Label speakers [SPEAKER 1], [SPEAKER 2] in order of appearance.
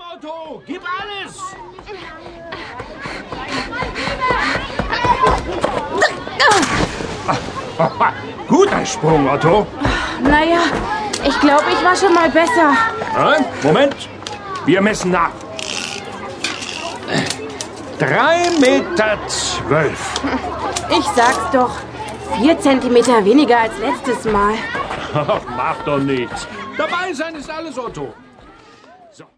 [SPEAKER 1] Auto! Gib alles! Guter Sprung, Otto.
[SPEAKER 2] Naja, ich glaube, ich war schon mal besser.
[SPEAKER 1] Äh, Moment, wir messen nach. Drei Meter zwölf.
[SPEAKER 2] Ich sag's doch. Vier Zentimeter weniger als letztes Mal.
[SPEAKER 1] Macht doch nichts. Dabei sein ist alles, Otto.